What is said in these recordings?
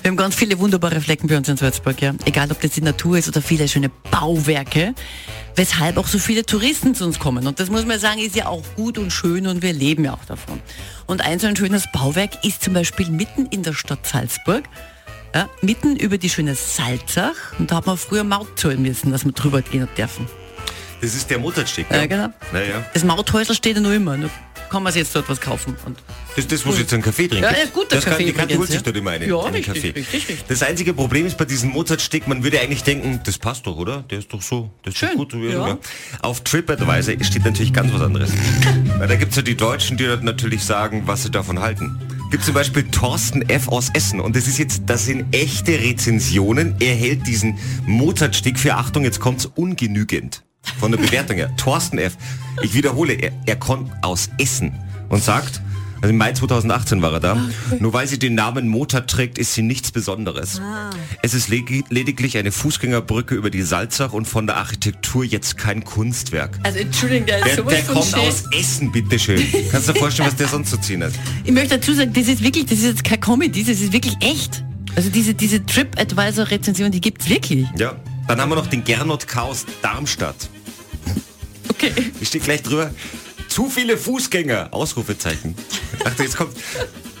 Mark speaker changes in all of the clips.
Speaker 1: Wir haben ganz viele wunderbare Flecken bei uns in Salzburg, ja. Egal, ob das die Natur ist oder viele schöne Bauwerke, weshalb auch so viele Touristen zu uns kommen. Und das muss man sagen, ist ja auch gut und schön und wir leben ja auch davon. Und ein so ein schönes Bauwerk ist zum Beispiel mitten in der Stadt Salzburg, ja, mitten über die schöne Salzach. Und da hat man früher Maut zahlen müssen, dass man drüber gehen hat dürfen.
Speaker 2: Das ist der Mozartsteg.
Speaker 1: Ja, genau.
Speaker 2: Naja.
Speaker 1: Das Mauthäusl steht ja nur immer. Nur kann man sich jetzt dort was kaufen. Und
Speaker 2: Das, das muss jetzt ein Kaffee trinken.
Speaker 1: Ja, ein guter
Speaker 2: das kann,
Speaker 1: Kaffee
Speaker 2: Die Kathi
Speaker 1: übrigens,
Speaker 2: holt sich
Speaker 1: ja.
Speaker 2: dort immer eine,
Speaker 1: Ja,
Speaker 2: einen
Speaker 1: richtig,
Speaker 2: Kaffee.
Speaker 1: richtig, richtig.
Speaker 2: Das einzige Problem ist bei diesem Mozartsteg, man würde eigentlich denken, das passt doch, oder? Der ist doch so, das ist
Speaker 1: Schön,
Speaker 2: Doch gut. So wie er
Speaker 1: ja.
Speaker 2: ist, oder? Auf TripAdvisor steht natürlich ganz was anderes. Weil da gibt es ja die Deutschen, die dort natürlich sagen, was sie davon halten. Gibt zum Beispiel Thorsten F. aus Essen und das ist jetzt, das sind echte Rezensionen. Er hält diesen Mozartsteg für, Achtung, jetzt kommt's, ungenügend. Von der Bewertung her. Thorsten F. Ich wiederhole, er, er kommt aus Essen und sagt, also im Mai 2018 war er da. Nur weil sie den Namen Mozart trägt, ist sie nichts Besonderes. Es ist legi- lediglich eine Fußgängerbrücke über die Salzach und von der Architektur jetzt kein Kunstwerk.
Speaker 1: also Entschuldigung, da ist
Speaker 2: Der,
Speaker 1: sowas
Speaker 2: der
Speaker 1: von
Speaker 2: kommt
Speaker 1: schön.
Speaker 2: aus Essen, bitteschön. Kannst du dir vorstellen, was der sonst zu ziehen hat?
Speaker 1: Ich möchte dazu sagen, das ist wirklich, das ist jetzt kein Comedy, das ist wirklich echt. Also diese, diese TripAdvisor-Rezension, die gibt's wirklich.
Speaker 2: Ja. Dann haben wir noch den Gernot K. aus Darmstadt.
Speaker 1: Okay.
Speaker 2: Ich stehe gleich drüber. Zu viele Fußgänger. Ausrufezeichen. Achtung, jetzt kommt.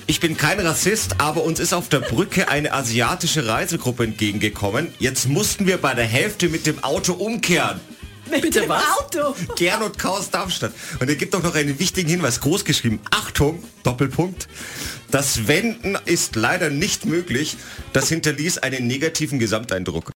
Speaker 2: Ich bin kein Rassist, aber uns ist auf der Brücke eine asiatische Reisegruppe entgegengekommen. Jetzt mussten wir bei der Hälfte mit dem Auto umkehren.
Speaker 1: Bitte was?
Speaker 3: Auto.
Speaker 2: Gernot Chaos Darmstadt. Und er gibt auch noch einen wichtigen Hinweis, groß geschrieben. Achtung, Doppelpunkt. Das Wenden ist leider nicht möglich. Das hinterließ einen negativen Gesamteindruck.